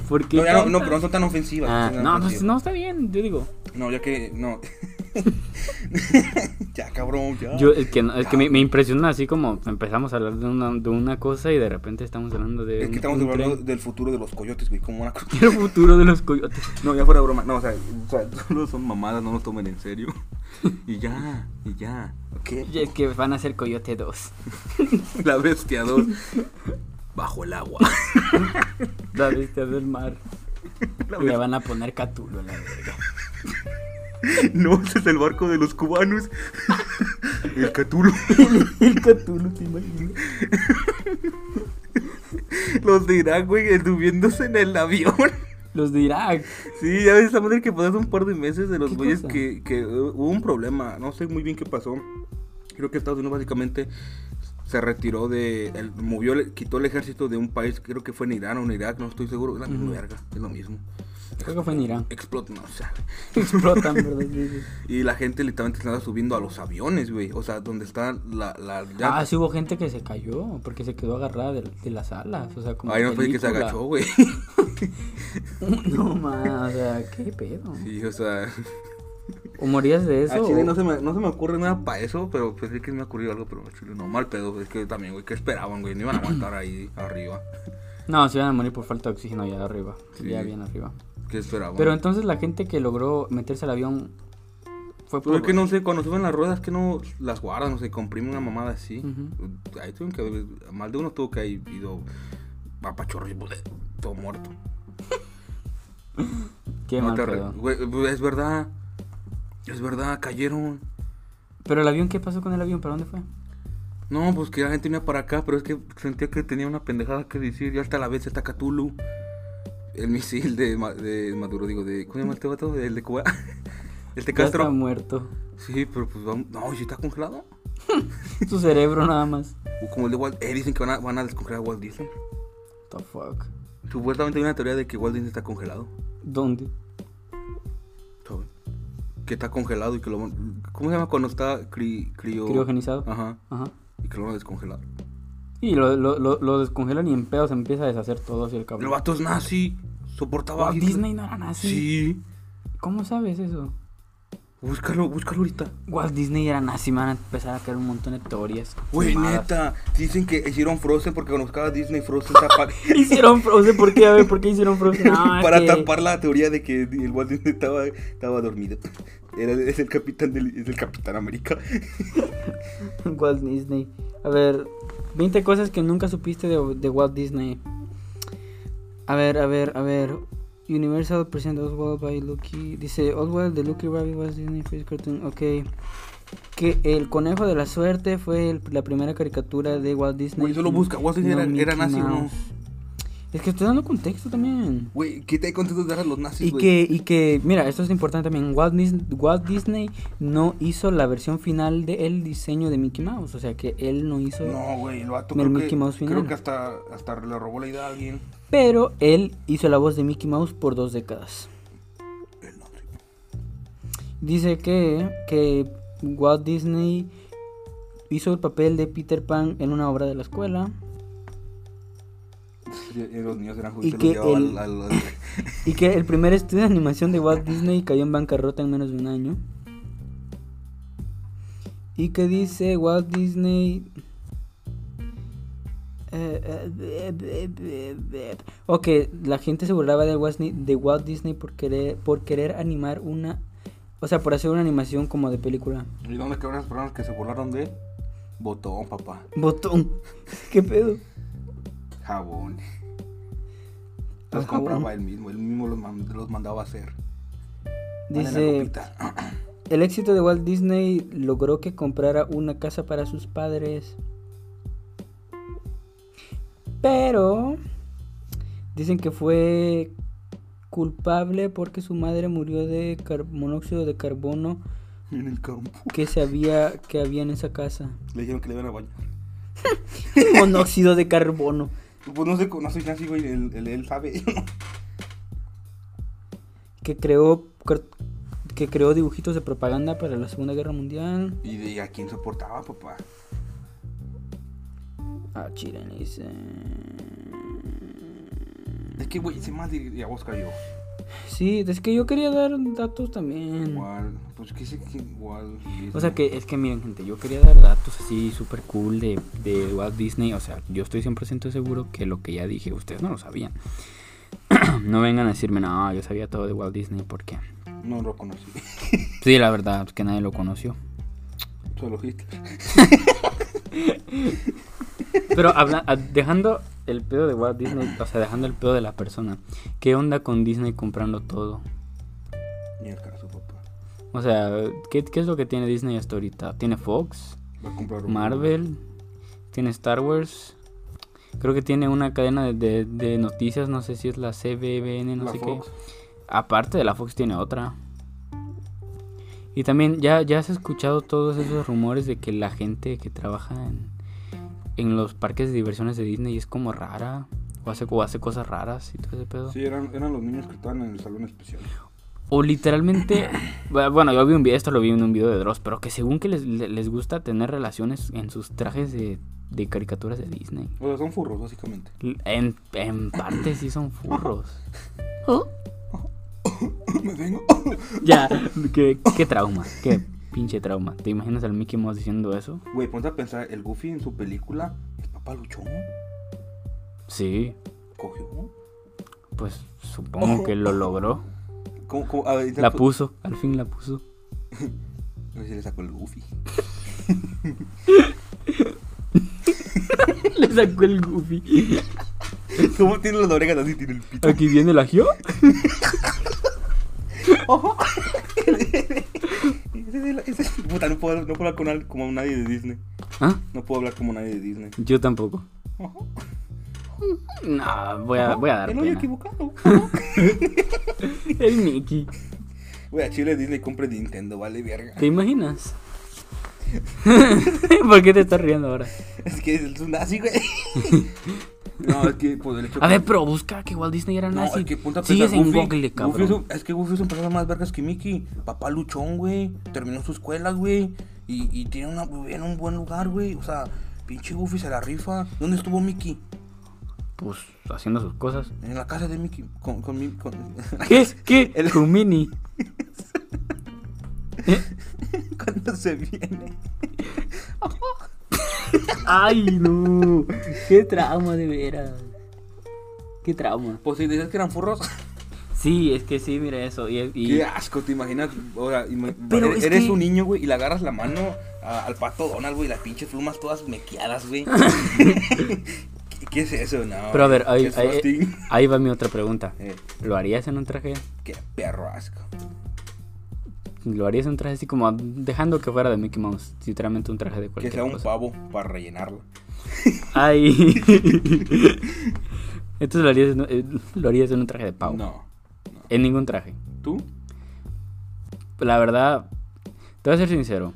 [SPEAKER 1] ¿por qué?
[SPEAKER 2] No, ya no, no,
[SPEAKER 1] tanta?
[SPEAKER 2] pero no son tan ofensivas.
[SPEAKER 1] Ah,
[SPEAKER 2] son tan
[SPEAKER 1] no, pues
[SPEAKER 2] ofensivas.
[SPEAKER 1] no está bien, yo digo.
[SPEAKER 2] No, ya que. No. (laughs) ya, cabrón, ya.
[SPEAKER 1] Yo, es que, no- es que me, me impresiona así como empezamos a hablar de una, de una cosa y de repente estamos hablando de.
[SPEAKER 2] es que
[SPEAKER 1] un-
[SPEAKER 2] estamos
[SPEAKER 1] un (laughs)
[SPEAKER 2] hablando
[SPEAKER 1] tren.
[SPEAKER 2] del futuro de los coyotes, güey. Como una cruz.
[SPEAKER 1] El futuro de los coyotes.
[SPEAKER 2] (laughs) No, ya fuera de broma. No, o sea, o sea, (laughs) solo son mamadas, no nos tomen en serio. (laughs) Y ya, y ya. ¿Qué?
[SPEAKER 1] Y es que van a ser coyote 2.
[SPEAKER 2] (laughs) La bestia 2. Bajo el agua.
[SPEAKER 1] La bestia del mar.
[SPEAKER 2] (laughs) La
[SPEAKER 1] Le
[SPEAKER 2] bestia-
[SPEAKER 1] van a poner catulo a la verga.
[SPEAKER 2] (laughs) No, ese es el barco de los cubanos. (laughs) El Catulo.
[SPEAKER 1] El catulo, te imaginas.
[SPEAKER 2] (laughs) Los de Irak, güey, subiéndose en el avión.
[SPEAKER 1] Los de Irak.
[SPEAKER 2] Sí, ya ves esa madre que pasó hace un par de meses de los
[SPEAKER 1] ¿Qué
[SPEAKER 2] güeyes
[SPEAKER 1] cosa?
[SPEAKER 2] que, que eh, hubo un problema, no sé muy bien qué pasó. Creo que Estados Unidos básicamente se retiró de, el- movió, el- quitó el ejército de un país, creo que fue en Irán o en Irak, no estoy seguro, es la misma verga, es lo mismo.
[SPEAKER 1] Creo que fue en Irán.
[SPEAKER 2] Explota, no, o sea,
[SPEAKER 1] (laughs) Explotan, ¿verdad? Sí, sí.
[SPEAKER 2] Y la gente literalmente estaba subiendo a los aviones, güey, o sea, donde está la... la ya-
[SPEAKER 1] Ah, sí hubo gente que se cayó porque se quedó agarrada de, de las alas. O sea, como.
[SPEAKER 2] Ay, no fue que se
[SPEAKER 1] película.
[SPEAKER 2] agachó, güey.
[SPEAKER 1] (laughs)
[SPEAKER 2] (laughs)
[SPEAKER 1] No más, o sea, qué pedo.
[SPEAKER 2] Sí, o sea...
[SPEAKER 1] ¿O morías de
[SPEAKER 2] A
[SPEAKER 1] eso? oh.
[SPEAKER 2] Chile
[SPEAKER 1] o-
[SPEAKER 2] no se, me, no se me ocurre nada para eso, pero pues sí que me ha ocurrido algo, pero a Chile no, mal pedo, es que también, güey, que esperaban, güey? No iban a aguantar ahí arriba.
[SPEAKER 1] No, se iban a morir por falta de oxígeno allá arriba.
[SPEAKER 2] Sí.
[SPEAKER 1] Ya bien arriba.
[SPEAKER 2] ¿Qué esperaban?
[SPEAKER 1] Pero entonces la gente que logró meterse al avión fue por.
[SPEAKER 2] Pues es que no sé, cuando suben las ruedas, que no las guardan, no sé, comprimen una mamada así. Ahí tuvieron que haber- más de uno tuvo que haber ido a pachorro y pues, todo muerto.
[SPEAKER 1] Qué
[SPEAKER 2] No
[SPEAKER 1] mal
[SPEAKER 2] te re-
[SPEAKER 1] pedo.
[SPEAKER 2] güey, pues, es verdad, es verdad, cayeron.
[SPEAKER 1] Pero el avión, ¿qué pasó con el avión? ¿Para dónde fue?
[SPEAKER 2] No, pues que la gente venía para acá, pero es que sentía que tenía una pendejada que decir. Ya hasta la vez está Cthulhu. El misil de, Ma- de Maduro, digo, de. ¿Cómo se llama este vato? El de Cuba. (laughs) El de
[SPEAKER 1] Ya está
[SPEAKER 2] Castro.
[SPEAKER 1] muerto.
[SPEAKER 2] Sí, pero pues vamos. No, ¿y si está congelado?
[SPEAKER 1] Su cerebro nada más.
[SPEAKER 2] O como el de Walt. Eh, dicen que van a, van a descongelar a Walt Disney.
[SPEAKER 1] The fuck.
[SPEAKER 2] Supuestamente hay una teoría de que Walt Disney está congelado.
[SPEAKER 1] ¿Dónde?
[SPEAKER 2] ¿sabes? Que está congelado y que lo van. ¿Cómo se llama cuando está cri, crio...
[SPEAKER 1] Criogenizado.
[SPEAKER 2] Ajá.
[SPEAKER 1] Ajá.
[SPEAKER 2] Y que lo van a descongelar.
[SPEAKER 1] Y lo, lo, lo, lo descongelan y en pedo se empieza a deshacer todo así el
[SPEAKER 2] El
[SPEAKER 1] cabrón.
[SPEAKER 2] vato es nazi. Soportaba a
[SPEAKER 1] Walt
[SPEAKER 2] Hitler.
[SPEAKER 1] Disney no era nazi.
[SPEAKER 2] Sí.
[SPEAKER 1] ¿Cómo sabes eso?
[SPEAKER 2] Búscalo, búscalo ahorita.
[SPEAKER 1] Walt Disney era nazi, me van a empezar a caer un montón de teorías.
[SPEAKER 2] Güey,
[SPEAKER 1] mamadas.
[SPEAKER 2] neta, dicen que hicieron Frozen porque cuando buscaba Disney Frozen tapa-
[SPEAKER 1] (laughs) Hicieron Frozen, ¿por qué? A ver, ¿por qué hicieron Frozen? (laughs)
[SPEAKER 2] (laughs)
[SPEAKER 1] No, es
[SPEAKER 2] para
[SPEAKER 1] que-
[SPEAKER 2] tapar la teoría de que el Walt Disney estaba, estaba dormido. Era, es el capitán del, es el Capitán América.
[SPEAKER 1] (laughs) Walt Disney. A ver, 20 cosas que nunca supiste de, de Walt Disney. A ver, a ver, a ver. Universal present Oswald by Lucky. Dice Oswald the Lucky Rabbit was Disney first cartoon. Ok. Que el conejo de la suerte fue el- la primera caricatura de Walt Disney.
[SPEAKER 2] Güey, solo busca, Walt Disney era-
[SPEAKER 1] Mickey
[SPEAKER 2] era nazi, ¿no?
[SPEAKER 1] Mouse. Es que estoy dando contexto también.
[SPEAKER 2] Güey, ¿qué te hay contentos de dar a los nazis,
[SPEAKER 1] Y
[SPEAKER 2] güey?
[SPEAKER 1] que, y que, mira, esto es importante también. Walt Disney, Walt Disney no hizo la versión final del el diseño de Mickey Mouse. O sea que él no hizo.
[SPEAKER 2] No, güey, el vato
[SPEAKER 1] El
[SPEAKER 2] creo que,
[SPEAKER 1] Mickey Mouse final.
[SPEAKER 2] creo que hasta, hasta le robó la idea a alguien.
[SPEAKER 1] Pero él hizo la voz de Mickey Mouse por dos décadas.
[SPEAKER 2] El nombre.
[SPEAKER 1] Dice que, que Walt Disney hizo el papel de Peter Pan en una obra de la escuela.
[SPEAKER 2] Y- y los niños eran
[SPEAKER 1] Y
[SPEAKER 2] judíos.
[SPEAKER 1] que
[SPEAKER 2] se los llevaba
[SPEAKER 1] el-
[SPEAKER 2] al- al- al-
[SPEAKER 1] Y que el primer estudio de animación de Walt Disney cayó en bancarrota en menos de un año. Y que dice Walt Disney... Eh, eh, be- be- be- be- O que la gente se burlaba de Walt Disney, de Walt Disney por, querer, por querer animar una... O sea, por hacer una animación como de película.
[SPEAKER 2] ¿Y dónde quedaron las personas que se burlaron de él? Botón, papá.
[SPEAKER 1] Botón. (laughs) ¿Qué pedo?
[SPEAKER 3] (laughs)
[SPEAKER 2] Jabón. Los
[SPEAKER 1] Ah, jabón.
[SPEAKER 2] compraba él mismo, él mismo los, man- los mandaba a hacer. Dale la
[SPEAKER 1] Dice...
[SPEAKER 2] copita.
[SPEAKER 1] El éxito de Walt Disney logró que comprara una casa para sus padres. Pero dicen que fue culpable porque su madre murió de car- monóxido de carbono
[SPEAKER 2] (laughs) En el campo.
[SPEAKER 1] que se había que había en esa casa.
[SPEAKER 2] Le dijeron que le iban a bañar.
[SPEAKER 1] monóxido de carbono.
[SPEAKER 2] Pues no sé, no soy nazi, güey, él, él, él sabe. (laughs)
[SPEAKER 1] Que creó car- que creó dibujitos de propaganda para la Segunda Guerra Mundial.
[SPEAKER 2] ¿Y de a quién soportaba, papá?
[SPEAKER 1] Ah, chilen, dice.
[SPEAKER 2] Es que, güey, se más de, de a vos cayó.
[SPEAKER 1] Sí, es que yo quería dar datos también.
[SPEAKER 2] Igual, pues que sé que igual.
[SPEAKER 3] Mm. O sea que es que miren gente, yo quería dar datos así súper cool de, de Walt Disney. O sea, yo estoy 100% seguro que lo que ya dije, ustedes no lo sabían. (clears throat) no vengan a decirme, no, yo sabía todo de Walt Disney porque...
[SPEAKER 2] No lo conocí. (laughs)
[SPEAKER 3] Sí, la verdad, es que nadie lo conoció.
[SPEAKER 2] Solo Hitler.
[SPEAKER 3] Pero habla- a- dejando el pedo de Walt Disney, o sea, dejando el pedo de la persona, ¿qué onda con Disney comprando todo?
[SPEAKER 2] Ni el caso, papá.
[SPEAKER 3] O sea, ¿qué, qué es lo que tiene Disney hasta ahorita? ¿Tiene Fox?
[SPEAKER 2] Va a comprar un-
[SPEAKER 3] Marvel, tiene Star Wars. Creo que tiene una cadena de, de- de noticias, no sé si es la CBN, no
[SPEAKER 2] la
[SPEAKER 3] sé
[SPEAKER 2] Fox.
[SPEAKER 3] qué. Aparte de la Fox tiene otra. Y también ya, ya has escuchado todos esos rumores de que la gente que trabaja en, en los parques de diversiones de Disney es como rara. O hace, o hace cosas raras y todo ese pedo.
[SPEAKER 2] Sí, eran, eran los niños que estaban en el salón especial.
[SPEAKER 3] O literalmente, (coughs) bu- bueno, yo vi un video, esto lo vi en un video de Dross, pero que según que les, le- les gusta tener relaciones en sus trajes de, de caricaturas de Disney.
[SPEAKER 2] O sea, son furros, básicamente. (laughs)
[SPEAKER 3] L- En, en parte sí son furros.
[SPEAKER 2] Me vengo.
[SPEAKER 3] Ya, qué, qué trauma, qué pinche trauma. ¿Te imaginas al Mickey Mouse diciendo eso?
[SPEAKER 2] Güey, ponte a pensar, el Goofy en su película es papá luchón.
[SPEAKER 3] Sí,
[SPEAKER 2] Cogió.
[SPEAKER 3] pues supongo que lo logró.
[SPEAKER 2] ¿Cómo, cómo? A ver,
[SPEAKER 3] La puso, al fin la puso.
[SPEAKER 2] A ver si le sacó el Goofy.
[SPEAKER 3] (laughs)
[SPEAKER 2] (laughs)
[SPEAKER 3] Le sacó el Goofy. (laughs)
[SPEAKER 2] ¿Cómo tiene las orejas así? Tiene el pito.
[SPEAKER 3] Aquí viene la Gio.
[SPEAKER 2] Ese es la- ese es- Puta, no puedo, no puedo hablar con al- como nadie de Disney.
[SPEAKER 3] ¿Ah?
[SPEAKER 2] No puedo hablar como nadie de Disney.
[SPEAKER 3] Yo tampoco.
[SPEAKER 2] Ajá.
[SPEAKER 3] No, voy a, voy a dar
[SPEAKER 2] El hoyo
[SPEAKER 3] pena. (laughs)
[SPEAKER 2] equivocado.
[SPEAKER 3] El Mickey.
[SPEAKER 2] Güey, a Chile Disney compre Nintendo, vale verga.
[SPEAKER 3] ¿Te imaginas? (laughs) ¿Por qué te estás riendo ahora?
[SPEAKER 2] Es que es un nazi,
[SPEAKER 3] (laughs)
[SPEAKER 2] güey. No, es que pues el hecho
[SPEAKER 3] A ver,
[SPEAKER 2] que-
[SPEAKER 3] pero busca que Walt Disney era
[SPEAKER 2] No,
[SPEAKER 3] nazi.
[SPEAKER 2] es que ponte a
[SPEAKER 3] Sigues
[SPEAKER 2] pensar,
[SPEAKER 3] en
[SPEAKER 2] Goofy-
[SPEAKER 3] Google,
[SPEAKER 2] Goofy
[SPEAKER 3] cabrón.
[SPEAKER 2] es un- es que Goofy es un personaje más vergas que Mickey. Papá luchón, güey. Terminó su escuela, güey. Y, y tiene una, vive en un buen lugar, güey. O sea, pinche Goofy se la rifa. ¿Dónde estuvo Mickey?
[SPEAKER 3] Pues haciendo
[SPEAKER 2] (laughs)
[SPEAKER 3] sus cosas.
[SPEAKER 2] En la casa de Mickey. Con, con, mi- con, (laughs)
[SPEAKER 3] ¿Qué? ¿Qué?
[SPEAKER 2] El-
[SPEAKER 3] El Jumini.
[SPEAKER 2] cuando se viene.
[SPEAKER 3] Ay, no. Qué trauma de veras. Qué trauma.
[SPEAKER 2] Pues si decías que eran furros.
[SPEAKER 3] Sí, es que sí, mira eso. Y, y-
[SPEAKER 2] Qué asco, te imaginas. O sea, ima-
[SPEAKER 1] Pero
[SPEAKER 2] eres,
[SPEAKER 1] es
[SPEAKER 2] eres
[SPEAKER 1] que-
[SPEAKER 2] un niño, güey, y le agarras la
[SPEAKER 3] (laughs)
[SPEAKER 2] mano a- al pato Donald, güey, y las pinches plumas todas mequeadas, güey. (laughs) ¿Qué, ¿Qué es eso? No.
[SPEAKER 3] Pero a ver, eh, ahí,
[SPEAKER 2] ¿qué
[SPEAKER 3] ahí-
[SPEAKER 2] frosting?
[SPEAKER 3] ahí va mi otra pregunta.
[SPEAKER 2] Eh,
[SPEAKER 3] ¿Lo harías en un traje?
[SPEAKER 2] qué perro asco.
[SPEAKER 3] ¿Lo harías en un traje así como dejando que fuera de Mickey Mouse? Literalmente un traje de
[SPEAKER 2] Que
[SPEAKER 3] cualquier
[SPEAKER 2] sea un
[SPEAKER 3] cosa.
[SPEAKER 2] pavo para rellenarlo. (laughs)
[SPEAKER 3] Ay. Entonces lo harías, en, eh, lo harías en un traje de pavo.
[SPEAKER 2] No.
[SPEAKER 3] En ningún traje.
[SPEAKER 2] ¿Tú?
[SPEAKER 3] La verdad, te voy a ser sincero.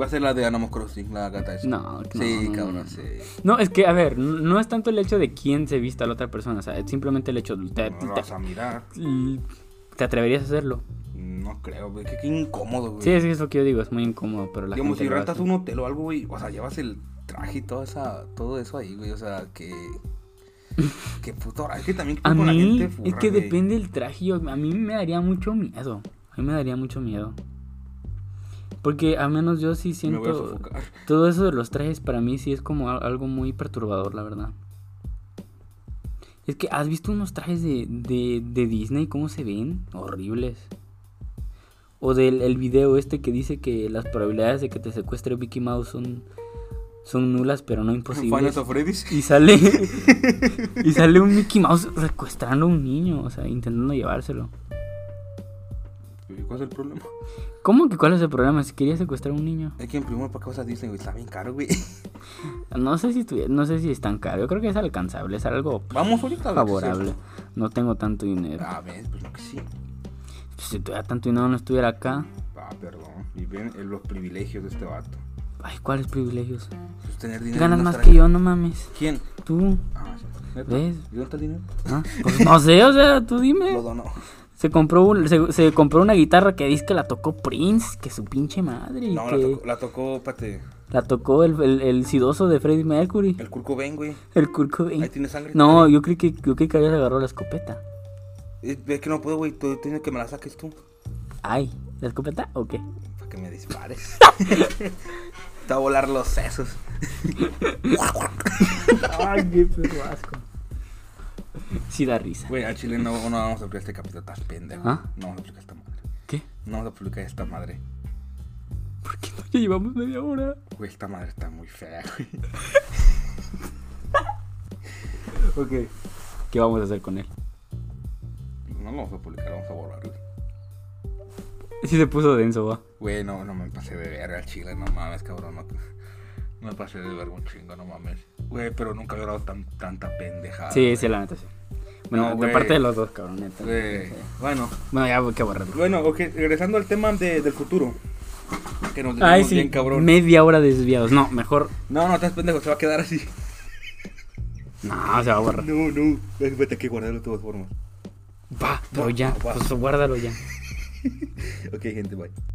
[SPEAKER 2] Va a ser la de Animal Crossing, la gata esa.
[SPEAKER 3] No,
[SPEAKER 2] Sí,
[SPEAKER 3] no,
[SPEAKER 2] cabrón,
[SPEAKER 3] no.
[SPEAKER 2] sí.
[SPEAKER 3] No, es que, a ver, n- no es tanto el hecho de quién se vista a la otra persona. O sea, es simplemente el hecho. Eh, Te,
[SPEAKER 2] No lo
[SPEAKER 3] te-
[SPEAKER 2] vas a mirar.
[SPEAKER 3] te atreverías a hacerlo?
[SPEAKER 2] No creo, güey. Qué, qué incómodo, güey.
[SPEAKER 3] Sí, es que es lo que yo digo. Es muy incómodo, pero la
[SPEAKER 2] Digamos,
[SPEAKER 3] gente
[SPEAKER 2] si
[SPEAKER 3] lo
[SPEAKER 2] rentas
[SPEAKER 3] hace.
[SPEAKER 2] un hotel o algo, güey, o sea, llevas el traje y toda esa, todo eso ahí, güey, o sea,
[SPEAKER 3] (laughs)
[SPEAKER 2] que... Qué puto... ah, Es que también
[SPEAKER 3] A
[SPEAKER 2] con la
[SPEAKER 3] mí,
[SPEAKER 2] gente furra,
[SPEAKER 3] es que
[SPEAKER 2] güey.
[SPEAKER 3] depende del traje. yo- a mí me daría mucho miedo. A mí me daría mucho miedo. Porque al menos yo sí
[SPEAKER 2] Me voy a
[SPEAKER 3] siento. (laughs)
[SPEAKER 2] sofocar.
[SPEAKER 3] Todo eso de los trajes para mí sí es como al- algo muy perturbador, la verdad. Es que, ¿has visto unos trajes de, de, de Disney? ¿Cómo se ven? Horribles. O del el video este que dice que las probabilidades de que te secuestre Mickey Mouse son, son nulas, pero
[SPEAKER 2] (laughs)
[SPEAKER 3] no
[SPEAKER 2] Final
[SPEAKER 3] imposibles.
[SPEAKER 2] of Freddy's.
[SPEAKER 3] Y sale, (laughs) y sale un Mickey Mouse secuestrando a un niño, o sea, intentando llevárselo.
[SPEAKER 2] ¿Cuál es el problema?
[SPEAKER 3] ¿Cómo que cuál es el problema? Si quería secuestrar a un niño.
[SPEAKER 2] Es que en primer ¿para qué vas a Disney, güey? Está bien caro, güey. (laughs)
[SPEAKER 3] No sé si tuvi- no sé si es tan caro. Yo creo que es alcanzable, es algo
[SPEAKER 2] Vamos ahorita, güey, que es
[SPEAKER 3] favorable.
[SPEAKER 2] cierto.
[SPEAKER 3] No tengo tanto dinero.
[SPEAKER 2] Ah, ves, pues lo que sí.
[SPEAKER 3] Si tuviera tanto dinero no estuviera acá.
[SPEAKER 2] Ah, perdón. Y ven eh, los privilegios de este vato.
[SPEAKER 3] Ay, ¿cuáles privilegios?
[SPEAKER 2] Pues tener dinero...
[SPEAKER 3] Ganas
[SPEAKER 2] no
[SPEAKER 3] más
[SPEAKER 2] estar
[SPEAKER 3] que
[SPEAKER 2] ahí.
[SPEAKER 3] yo, no mames.
[SPEAKER 2] ¿Quién?
[SPEAKER 3] Tú,
[SPEAKER 2] Ah, sí. ¿Neta?
[SPEAKER 3] ¿Ves? Eh.
[SPEAKER 2] ¿Y dónde está el dinero?
[SPEAKER 3] ¿ah? Pues no sé, o sea, tú
[SPEAKER 2] Lo
[SPEAKER 3] dime.
[SPEAKER 2] donó.
[SPEAKER 3] Se compró, un- se, se compró una guitarra que dice que la tocó Prince, que su pinche madre. Y
[SPEAKER 2] No,
[SPEAKER 3] que
[SPEAKER 2] la tocó, la tocó, espérate,
[SPEAKER 3] la tocó el, el, el sidoso de Freddie Mercury.
[SPEAKER 2] el Kurt Cobain, güey.
[SPEAKER 3] El Kurt Cobain.
[SPEAKER 2] Ahí tiene sangre.
[SPEAKER 3] No, yo creí que, yo creí que habías agarrado la escopeta.
[SPEAKER 2] Es es Eh, que no puedo, güey. Tú tienes que me la saques tú.
[SPEAKER 3] Ay, ¿la escopeta o qué?
[SPEAKER 2] Para que me
[SPEAKER 3] (laughs)
[SPEAKER 2] dispares. Te va a volar los sesos.
[SPEAKER 3] Ay, qué perro asco. Sí da risa.
[SPEAKER 2] Güey, al chile no, no vamos a aplicar este capítulo tan pendejo.
[SPEAKER 3] ¿Ah?
[SPEAKER 2] No vamos a aplicar esta madre.
[SPEAKER 3] ¿Qué?
[SPEAKER 2] No vamos a aplicar esta madre.
[SPEAKER 3] ¿Por qué no? Ya llevamos media hora.
[SPEAKER 2] Güey, esta madre está muy fea, güey.
[SPEAKER 3] Ok. ¿Qué vamos a hacer con él?
[SPEAKER 2] No lo vamos a publicar, vamos a borrarlo.
[SPEAKER 3] Sí se puso denso, va.
[SPEAKER 2] Güey, no, no me pasé de verga al chile. No mames, cabrón. No, no me pasé de verga un chingo, no mames. Güey, pero nunca había grabado tan, tanta pendejada.
[SPEAKER 3] Sí,
[SPEAKER 2] güey.
[SPEAKER 3] sí, la neta sí. Bueno,
[SPEAKER 2] Ah, No,
[SPEAKER 3] de
[SPEAKER 2] güey.
[SPEAKER 3] parte de los dos, cabrón, neta.
[SPEAKER 2] Güey, bueno.
[SPEAKER 3] Bueno, ya voy que borrarlo.
[SPEAKER 2] Bueno, ok, regresando al tema de- del futuro. Que nos
[SPEAKER 3] Ay,
[SPEAKER 2] desviamos
[SPEAKER 3] sí.
[SPEAKER 2] bien, cabrón.
[SPEAKER 3] Media hora desviados. No, mejor.
[SPEAKER 2] No, no, estás pendejo, se va a quedar así. (laughs)
[SPEAKER 3] No, se va a borrar.
[SPEAKER 2] No, no, vete que guardarlo de todas formas.
[SPEAKER 3] Va, pero
[SPEAKER 2] Va,
[SPEAKER 3] ya.
[SPEAKER 2] va.
[SPEAKER 3] Pues guárdalo ya.
[SPEAKER 2] Ok, gente, bye.